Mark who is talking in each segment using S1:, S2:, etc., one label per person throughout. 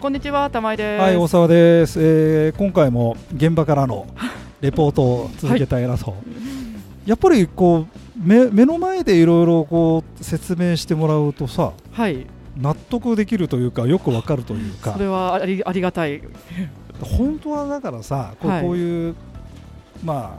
S1: こんにちは、玉井です。
S2: はい、大沢です、えー今回も現場か らのレポートを続けたいなと、やっぱりこう目目の前でいろいろこう説明してもらうとさ
S1: はい、
S2: 納得できるというかよくわかるというか
S1: それはありありがたい。
S2: 本当はだからさこう,、
S1: はい
S2: こういうまあ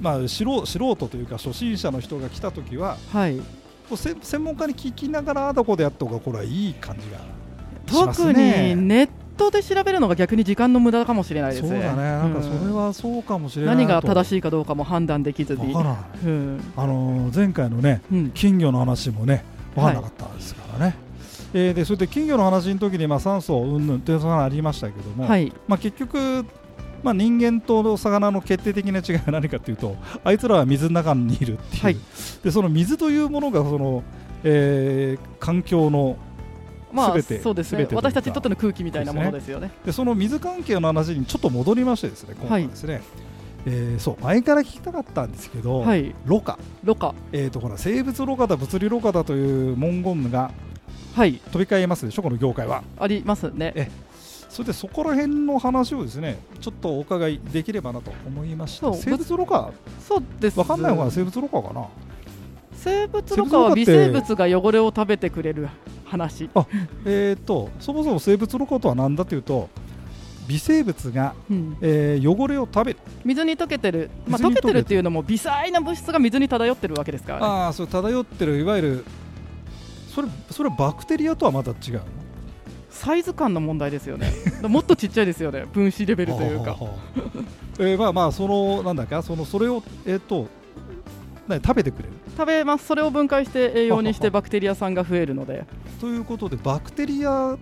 S2: まあ、素人素人というか初心者の人が来た時は
S1: はい、
S2: こうせ専門家に聞きながらああだこうでやった方がこれはいい感じがします
S1: 特
S2: ね
S1: にネットで調べるのが逆に時間の無駄かもしれないです
S2: そうだねなんかそれ
S1: うん
S2: はそうかもしれない
S1: 何が正
S2: い
S1: しいかどうかも判断できずに。
S2: からない
S1: うん、
S2: あのー前回のね
S1: うん、
S2: 金魚の話もね分からなかったですからね、えーでそれで金魚の話の時にまあ酸素うんぬんという話ありましたけども、
S1: はい、
S2: まあ、結局、まあ、人間と魚の決定的な違いは何かというとあいつらは水の中にいるっていう、
S1: はい
S2: でその水というものがその、えー環境の
S1: まあ、
S2: 全て
S1: そうです
S2: 全
S1: ね
S2: て。というか
S1: 私たちにとっての空気みたいなものですよね。
S2: でその水関係の話にちょっと戻りましてですね今回ですね、えーそう前から聞きたかったんですけど、
S1: はい、
S2: ろ過、
S1: ろ過、
S2: えー、とほら生物ろ過だ物理ろ過だという文言が
S1: はい、
S2: 飛び交いますでしょこの業界は
S1: ありますね
S2: え。それでそこら辺の話をですねちょっとお伺いできればなと思いまし
S1: そ
S2: た
S1: う
S2: 生物ろ過
S1: そうです。
S2: わかんない方が生物ろ過かな
S1: 生物ろ過は微生物が汚れを食べてくれる話。
S2: えー、とそもそも生物ろ過とは何だというと微生物が、
S1: うん、
S2: えー汚れを食べる
S1: 水に溶けてる、まあ、
S2: 水
S1: 溶
S2: に溶け
S1: け
S2: てる
S1: てるっていうのも微細な物質が水に漂ってるわけですからね、
S2: ああそれ漂ってるいわゆるそれそれはバクテリアとはまた違うの
S1: サイズ感の問題ですよねもっとちっちゃいですよね分子レベルというか
S2: はあはあはあえーまあまあそのなんだっけそのそれをえっ、と何食べてくれる
S1: 食べますそれを分解して栄養にしてバクテリアさんが増えるので
S2: ということでバクテリア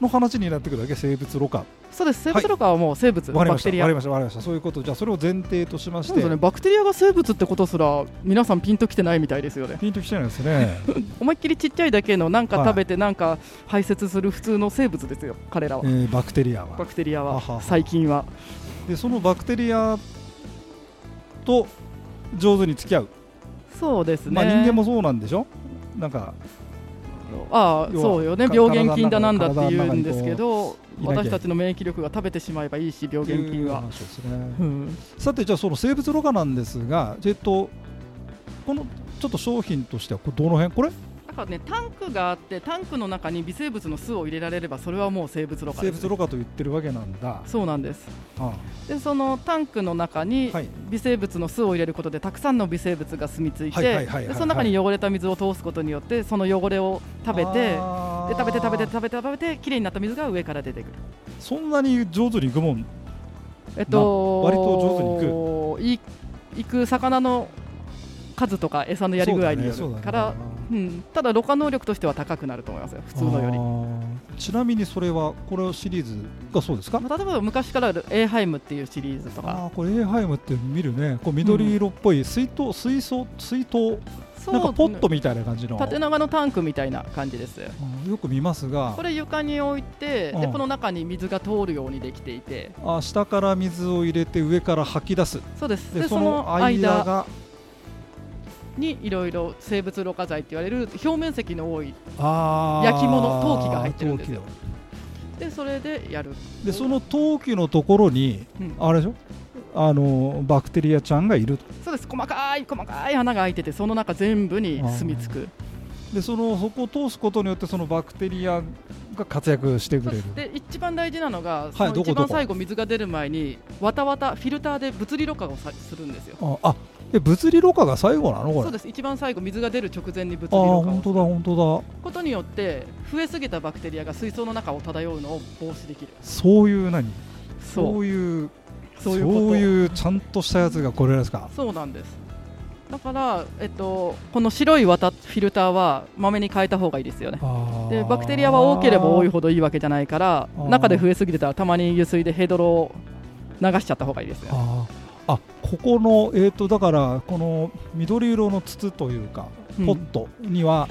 S2: の話になってくるわけ生物ろ過
S1: そうです生
S2: はい
S1: 物とかはもう生物、
S2: わかり
S1: バ
S2: ま
S1: ク
S2: した
S1: テリ
S2: わ
S1: ア
S2: かりましたわかりましたそういうことじゃあそれを前提としま
S1: そ
S2: し
S1: うで
S2: て
S1: すねバクテリアが生物ってことすら皆さんピンときてないみたいですよね
S2: ピンときてないで すね
S1: 思いっきりちっちゃいだけのなんか
S2: はい
S1: 食べてなんか排泄する普通の生物ですよ彼らは
S2: え、ーバクテリアは
S1: バクテリア
S2: あ
S1: は
S2: はは
S1: 細菌は
S2: でそのバクテリアと上手に付き合う、
S1: そうですね、
S2: まあ、人間もそうなんでしょなんか
S1: ああ
S2: 要は
S1: そうよね
S2: か
S1: 病原菌だなんだって言うんですけど
S2: 体の中にこういなき
S1: 私
S2: ゃ
S1: たちの免疫力が食べてしまえばいいし病原菌
S2: いう
S1: は、
S2: 話ですね
S1: うん、
S2: さてじゃあその生物ろ過なんですがえっとこのちょっと商品としてはこれどの辺これ
S1: だからねタンクがあってタンクの中に微生物の巣を入れられればそれはもう生物ろ過
S2: 生
S1: です
S2: 物ろ過と言ってるわけなんだ、
S1: そうなんです
S2: あ
S1: でそのタンクの中に
S2: はい
S1: 微生物の巣を入れることでたくさんの微生物が住み着い
S2: はいはいはい
S1: て
S2: はいはい
S1: でその中に汚れた水を通すことによってその汚れを食べて
S2: あ
S1: で
S2: ー
S1: 食べて食べて食べて食べてきれいになった水が上から出てくる。
S2: そんなに上手にいくもん
S1: えっと、
S2: な割
S1: 上
S2: と
S1: 手にいくいく魚の数とか餌のやり具合によ
S2: そうだ
S1: る
S2: ね
S1: から、うん、ただろ過能力としては高くなると思いますよ普通のより。
S2: りちなみにそれはこれはシリーズがそうですか
S1: まあ、例えば昔からあるエーハイムっていうシリーズとか
S2: ああーこれエーハイムって見るねこう緑色っぽい水筒、水槽水筒
S1: そう
S2: なんかポットみたいな感じの
S1: 縦長のタンクみたいな感じです
S2: うんよく見ますが
S1: これ床に置いて
S2: う
S1: で
S2: ん
S1: この中に水が通るようにできていて
S2: あー下から水を入れて上から吐き出す
S1: そうです
S2: で
S1: で
S2: そ
S1: そ
S2: の
S1: の
S2: 間
S1: 間
S2: が
S1: にいろいろ生物ろ過剤って言われる表面積の多い
S2: あー
S1: 焼き物陶器が入ってるんですよ
S2: 陶器
S1: でそれでやる
S2: だでその陶器のところに
S1: うん
S2: あれでしょあのーバクテリアちゃんがいると
S1: そうです細かい細かい穴が開いててその中全部に住み着く
S2: でそのそこを通すことによってそのバクテリアが活躍してくれる
S1: で一番大事なのが、
S2: い
S1: その
S2: どこ
S1: 一
S2: ど
S1: 番
S2: こ
S1: 最後水が出る前にわたわたフィルターで物理ろ過をさするんですよ
S2: ああえ物理ろ過が最後なのこれ
S1: そうです一番最後水が出る直前に物理
S2: ああ
S1: ろ過
S2: 本
S1: をす
S2: 当
S1: る
S2: だ本当
S1: ことによって増えすぎたバクテリアが水槽の中を漂うのを防止できる
S2: だそういう何
S1: そ
S2: そうういう
S1: そういうこと
S2: いうちゃんとしたやつがこれですか
S1: そうなんですだから、えっと、この白い綿フィルターはまめに変えた方がいいですよねでバクテリアは多ければ多い
S2: ほ
S1: ほどいいわけじゃないから
S2: あー
S1: 中で増えすぎてたらたまに湯水でヘドロを流しちゃった方がいいですよ
S2: あーあここのえっ、とだからこの緑色の筒というか
S1: うん
S2: ポットには、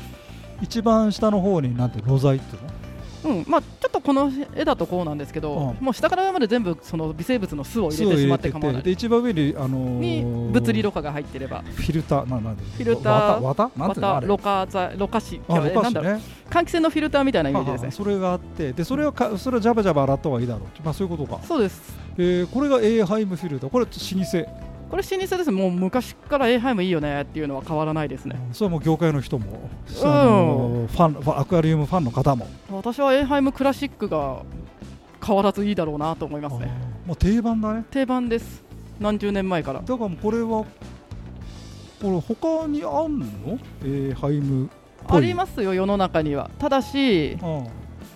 S2: 一番下の方になんてロザイっていうの
S1: うんまあ、ちょっとこの絵だとこうなんですけど、もう下から上まで全部その微生物の巣を入れてしまって構わない
S2: で一番上に,、あの
S1: に物理ろ過が入ってれば
S2: フィルターななんで
S1: フィルター
S2: 綿綿なんていうのあれ
S1: ろ過剤ろ過紙
S2: あ
S1: なんだろう
S2: ね
S1: 換気扇のフィルターみたいなイメージですね
S2: それがあってでそれはかそれはジャバジャバ洗った方がいいだろうまあそういうことか、
S1: そうです
S2: えー、これがエーハイムフィルターこれ老舗
S1: これ老舗ですもう昔からエーハイムいいよねっていうのは変わらないですね
S2: それはもう業界の人も、そのファンファンアクアリウムファンの方も
S1: 私はエーハイムクラシックが変わらずいいだろうなと思いますね
S2: あーもう定番だね
S1: 定番です何十年前から
S2: だからもうこれはこれ他にあんのエーハイム
S1: ありますよ世の中にはただし
S2: あ、ー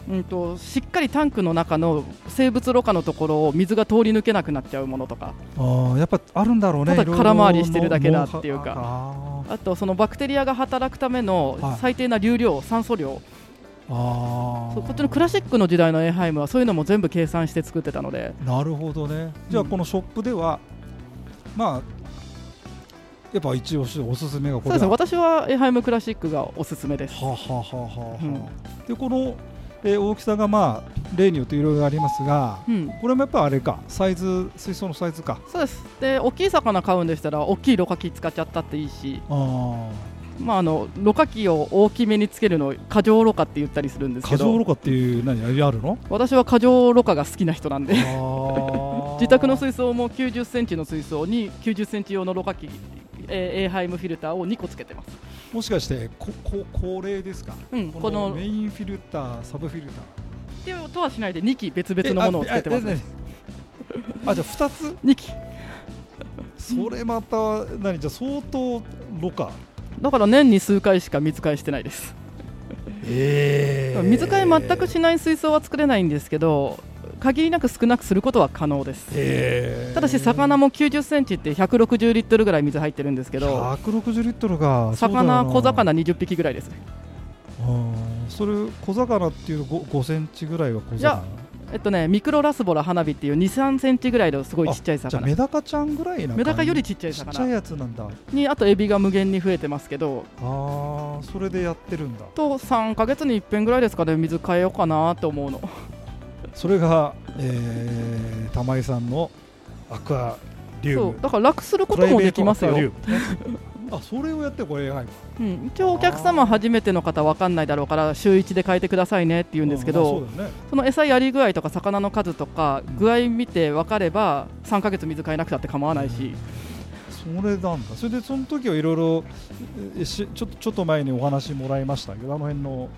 S1: うん、としっかりタンクの中の生物ろ過のところを水が通り抜けなくなっちゃうものとか
S2: あーやっぱあるんだろうね
S1: ただ
S2: いろいろ
S1: 空回りしてるだけだっていうか
S2: ノウハウ
S1: あとそのバクテリアが働くため
S2: はい
S1: の最低な流量、酸素量
S2: あー
S1: そうこっちのクラシックの時代のエーハイムはそういうのも全部計算して作ってたので
S2: なるほどねじゃあ
S1: うん
S2: このショップでは、まあやっぱ一押しおすすめがこ
S1: そう
S2: れ
S1: です
S2: だ
S1: ね私はエーハイムクラシックがおすすめです
S2: はあはあはあはあ、
S1: うん
S2: でこの、えー大きさがまあ例によっていろいろありますが
S1: うん
S2: これもやっぱあれかサイズ水槽のサイズか
S1: そうですで大きい魚買うんでしたら大きいろ過器使っちゃったっていいし、
S2: あ
S1: まあ、あのろ過器を大きめにつけるのを過剰ろ過って言ったりするんですけ
S2: 過剰
S1: ど
S2: ろ過っていう何あるの
S1: 私は過剰ろ過が好きな人なんで
S2: あー
S1: 自宅の水槽も9 0センチの水槽に9 0センチ用のろ過器えーエーハイムフィルターを2個つけてます、
S2: もしかしてここ高齢ですか
S1: うん、こ
S2: こ
S1: の
S2: のメインフィルターサブフィルター
S1: でとはしないで2機別々のものをつけてます、
S2: えあえ
S1: ね、
S2: えあじゃあ2つ
S1: 2機
S2: それまた何じゃあ相当ろ過
S1: だから年に数回しか水替えしてないです、
S2: え
S1: 水替え全くしない水槽は作れないんですけど限りなく少なくすることは可能です
S2: え
S1: ただし魚も9 0センチって160リットルぐらい水入ってるんですけど
S2: 160リットルが
S1: 魚小
S2: そうだ
S1: 魚
S2: よな
S1: 20匹ぐらいですね
S2: うんそれ小魚っていうと 5, 5センチぐらいは小魚
S1: いやえっとねミクロラスボラ花火っていう23センチぐらいのすごいちっちゃい
S2: じゃあ
S1: 魚
S2: メダカちゃんぐらいな
S1: メダカよりち
S2: ち
S1: っちゃい
S2: ちっちゃい
S1: 魚
S2: やつなんだ
S1: にあとエビが無限に増えてますけど
S2: あーそれでやってるんだ
S1: と3ヶ月に一遍ぐらいですかね水替えようかなと思うの
S2: それが、えー、玉井さんのアクアリウ
S1: そ
S2: ム
S1: うだから楽することもできますよ、
S2: プライベートアクアリウムね あそれをやってこれ AI
S1: うん、一応お客様初めての方わかんないだろうから週1で変えてくださいねって言うんですけど、
S2: うんまあそうだよね
S1: その餌やり具合とか魚の数とか
S2: うん
S1: 具合見て分かれば3ヶ月水替えなくたって構わないし、
S2: それなんだそれでその時はいろいろえしちょっとちょっと前にお話もらいましたけどあの辺の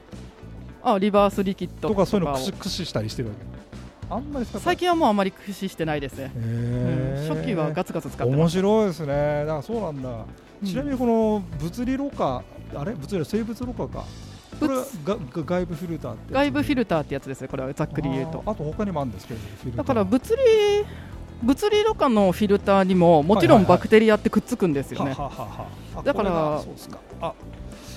S1: あリバースリキッドと
S2: とか
S1: か
S2: そういう
S1: を
S2: の駆使駆使したりしてるわけあんまり使ってない
S1: 最近はもうあまり駆使してないですね、
S2: へー
S1: うん初期はガツガツ使ってま
S2: 面
S1: す
S2: 白いですねだからそうなんだ、
S1: うん
S2: ちなみにこの物理ろ過あれ物理生物ろ過かこれはがが外部フィルターって
S1: 外部フィ
S2: ル
S1: ルターってやつですねこれはざっくり言うと
S2: あーあと他にもあるんですけどフィルター
S1: だから物理物理ろ過のフィルターにももちろ
S2: はい
S1: ん
S2: はいはい
S1: バクテリアってくっつくんですよね、
S2: ははははあ
S1: だから
S2: これがそうっすかあ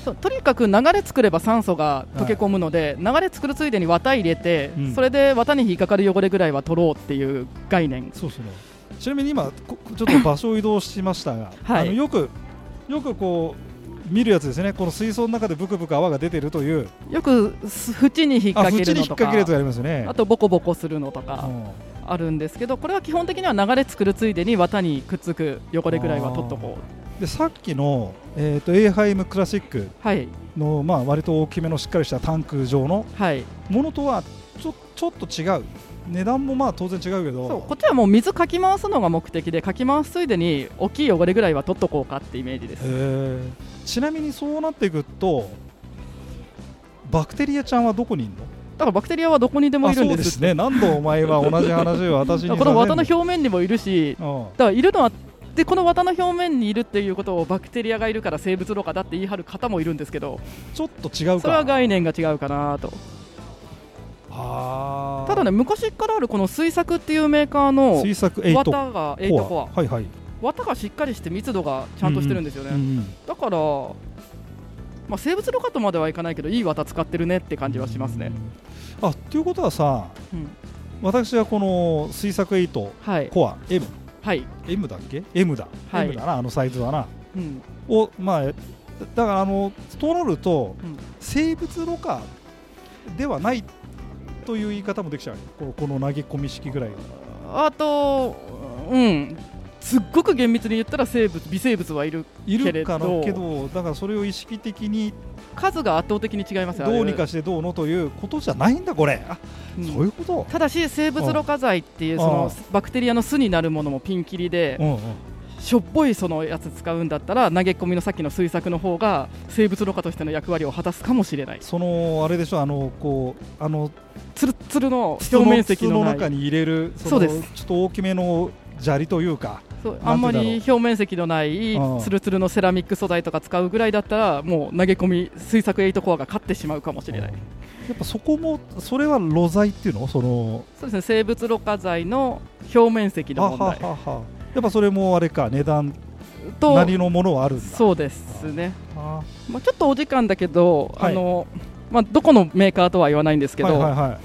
S1: そうとにかく流れ作れば酸素が溶け込むので、流れ作るついでに綿入れて、
S2: うん
S1: それで綿に引っかかる汚れぐらいは取ろうっていう概念
S2: そうですね。ちなみに今こちょっと場所を移動しましたが、
S1: はい
S2: あのよくよくこう見るやつですね。この水槽の中でブクブク泡が出てるという、
S1: よくす縁に引っ
S2: あ
S1: 掛ける
S2: 縁に引
S1: のと
S2: っ掛
S1: か
S2: けるやつがありますよね。
S1: あとボコボコするのと
S2: う
S1: か
S2: ん
S1: あるんですけどこれは基本的には流れ作るついでに綿にくっつく汚れぐらいは取っとこ
S2: でさっきのえっ、とエーハイムクラシック
S1: うはい
S2: のまあ割と大きめのしっかりしたタンク状の
S1: はい
S2: ものとはちょちょっと違う。値段もまあ当然違うけ
S1: そうこ
S2: ど。
S1: っちはもう水かき回すのが目的でかき回すついでに大きい汚れぐらいは取っとこうかってイメージです
S2: へーちなみにそうなっていくと。バクテリアちゃんはどこにいるの
S1: だからバクテリアはどこにでも
S2: あ
S1: いるん
S2: そう
S1: で
S2: です
S1: す
S2: ね何度お前は同じ話を私に
S1: だからこの
S2: さ
S1: 綿
S2: せ
S1: の
S2: ん
S1: 表面にもいるし
S2: うん
S1: だからいるのはでこの綿の表面にいるっていうことをバクテリアがいるから生物ろ過だって言い張る方もいるんですけど
S2: ちょっと違うか
S1: それは概念が違うかなと
S2: あー
S1: ただね昔からあるこの水作っていうメーカーの
S2: 水作8コア
S1: 綿が8コア
S2: はいはい
S1: 綿がしっかりして密度がちゃんとしてるんですよね、
S2: うんうん
S1: だから、まあ、生物ろ過とまではいかないけどいい綿使ってるねって感じはしますね、
S2: あということはさ
S1: うん
S2: 私はこの水作8
S1: はい
S2: コア M
S1: はい、
S2: M だっけ ?M だ、
S1: はい
S2: M だなあのサイズだな
S1: うん、
S2: をまあだからあのとなると、
S1: うん
S2: 生物ろ過ではないという言い方もできちゃうこのこの投げ込み式ぐらい
S1: あと、うん、すっごく厳密に言ったら生物微生物はいる
S2: い
S1: けれ
S2: る
S1: ど
S2: からけどだからそれを意識的に
S1: 数が圧倒的に違いますよあれ
S2: どうにかしてどうのということじゃないんだこれあ
S1: うん
S2: そういうこと
S1: ただし生物ろ過剤っていう
S2: あ
S1: その
S2: あ
S1: バクテリアの巣になるものもピンキリで
S2: うんうん
S1: しょっぽいそのやつ使うんだったら投げ込みのさっきの水作の方が生物ろ過としての役割を果たすかもしれない
S2: そのあれでしょあのこうあの
S1: つるつるの
S2: 筒
S1: 表
S2: の
S1: 面積の
S2: 筒
S1: な
S2: の中
S1: い
S2: に入れるの
S1: そうです
S2: ちょっと大きめの砂利というか
S1: そう
S2: なんて言うんだろう
S1: あんまり表面積のない
S2: ああ
S1: つるつるのセラミック素材とか使うぐらいだったらもう投げ込み水作エイトコアが勝ってしまうかもしれない
S2: やっぱそこもそれは露材っていうのその
S1: そうですね生物ろ過剤の表面積の問題
S2: はははやっぱそれもあれか値段
S1: と
S2: なりのものはあるんだ
S1: そうですね
S2: あ
S1: まあ、ちょっとお時間だけど、
S2: はい
S1: あのまあ、どこのメーカーとは言わないんですけど、
S2: はいはいはい、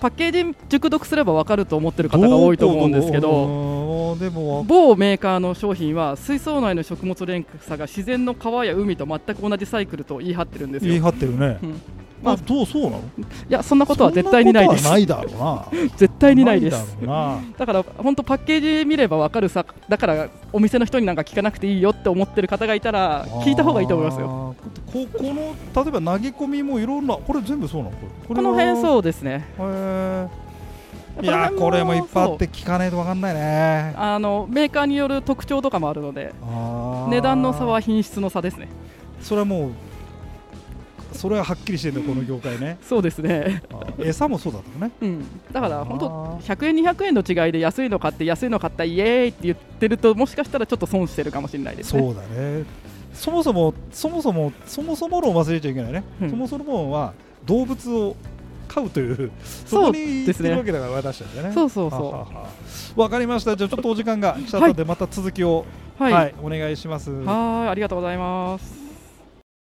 S1: パッケージ熟読すれば分かると思ってる方が多いと思うんですけ
S2: う
S1: ど
S2: ーんでも
S1: 某メーカーの商品は水槽内の食物連鎖が自然の川や海と全く同じサイクルと言い張ってるんです
S2: 言い
S1: よ。
S2: 張ってるね、
S1: うんま
S2: ま
S1: あ
S2: あ、どうそうなの
S1: いやそんなことは絶対にないです
S2: そんなことはないだろうな
S1: 絶対にないです
S2: だろうな
S1: だから本当パッケージ見れば分かるさだからお店の人になんか聞かなくていいよって思ってる方がいたら聞いた方がいいと思いますよ
S2: よここの例えば投げ込みもいろんなこれ全部そうなのこれこ
S1: こ
S2: れ
S1: の辺
S2: う
S1: そうですね
S2: いやーこれもいっぱいあっ
S1: そう
S2: て聞かないとわかんないね
S1: あのメーカーによる特徴とかもあるので
S2: あ ー
S1: 値段の差は品質の差ですね。
S2: それはもうそれははっきりしてるんだよこの業界ね
S1: そうですね。
S2: あー餌もそうだったのね
S1: うん。だから本当
S2: あー
S1: 100円200円の違いで安いの買って安いの買ったイエーイって言ってるともしかしたらちょっと損してるかもしれないですね。
S2: そうだねそもそもそもそもそもそも論忘れちゃいけないね、
S1: うん
S2: そもそも論は動物を飼うというそ
S1: そ
S2: こ
S1: う
S2: に
S1: で
S2: 言っ
S1: す
S2: て
S1: ね
S2: るわけだから私たちはね
S1: そうそうそう
S2: はははわかりましたじゃあちょっとお時間が来ちゃったのでまた続きを
S1: はい。
S2: は
S1: はい
S2: い、お願いします
S1: はーいありがとうございます。